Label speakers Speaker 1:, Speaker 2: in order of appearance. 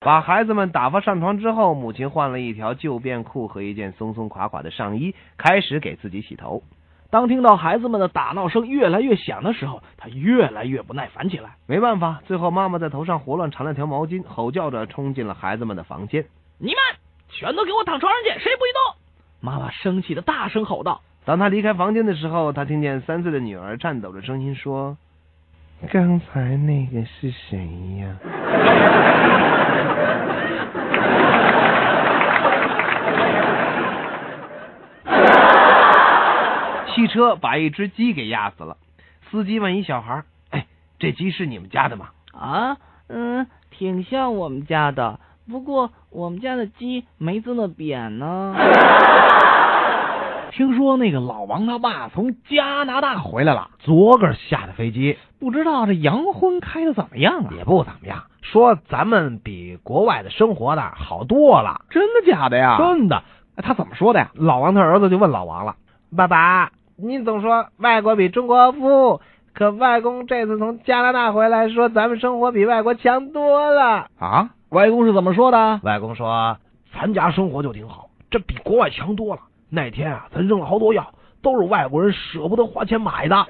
Speaker 1: 把孩子们打发上床之后，母亲换了一条旧便裤和一件松松垮垮的上衣，开始给自己洗头。
Speaker 2: 当听到孩子们的打闹声越来越响的时候，他越来越不耐烦起来。
Speaker 1: 没办法，最后妈妈在头上胡乱缠了条毛巾，吼叫着冲进了孩子们的房间。
Speaker 2: 你们全都给我躺床上去，谁也不许动！妈妈生气的大声吼道。
Speaker 1: 当他离开房间的时候，他听见三岁的女儿颤抖着声音说：“刚才那个是谁呀？” 汽车把一只鸡给压死了。司机问一小孩：“哎，这鸡是你们家的吗
Speaker 3: 啊，嗯，挺像我们家的，不过我们家的鸡没这么扁呢。
Speaker 2: 听说那个老王他爸从加拿大回来了，
Speaker 4: 昨个儿下的飞机
Speaker 2: 不知道这洋荤开的怎么样啊？
Speaker 4: 也不怎么样，说咱们比国外的生活那儿好多了。
Speaker 2: 真的假的
Speaker 1: 啊
Speaker 2: 呀？
Speaker 4: 真的，
Speaker 2: 哎他怎么说的呀？
Speaker 4: 老王他儿子就问老王了：“爸爸，你总说外国比中国富，可外公这次从加拿大回来，说咱们生活比外国强多了。
Speaker 2: 啊，外公是怎么说的”？
Speaker 4: 外公说：“咱家生活就挺好，这比国外强多了。那天啊，咱扔了好多药，都是外国人舍不得花钱买的。”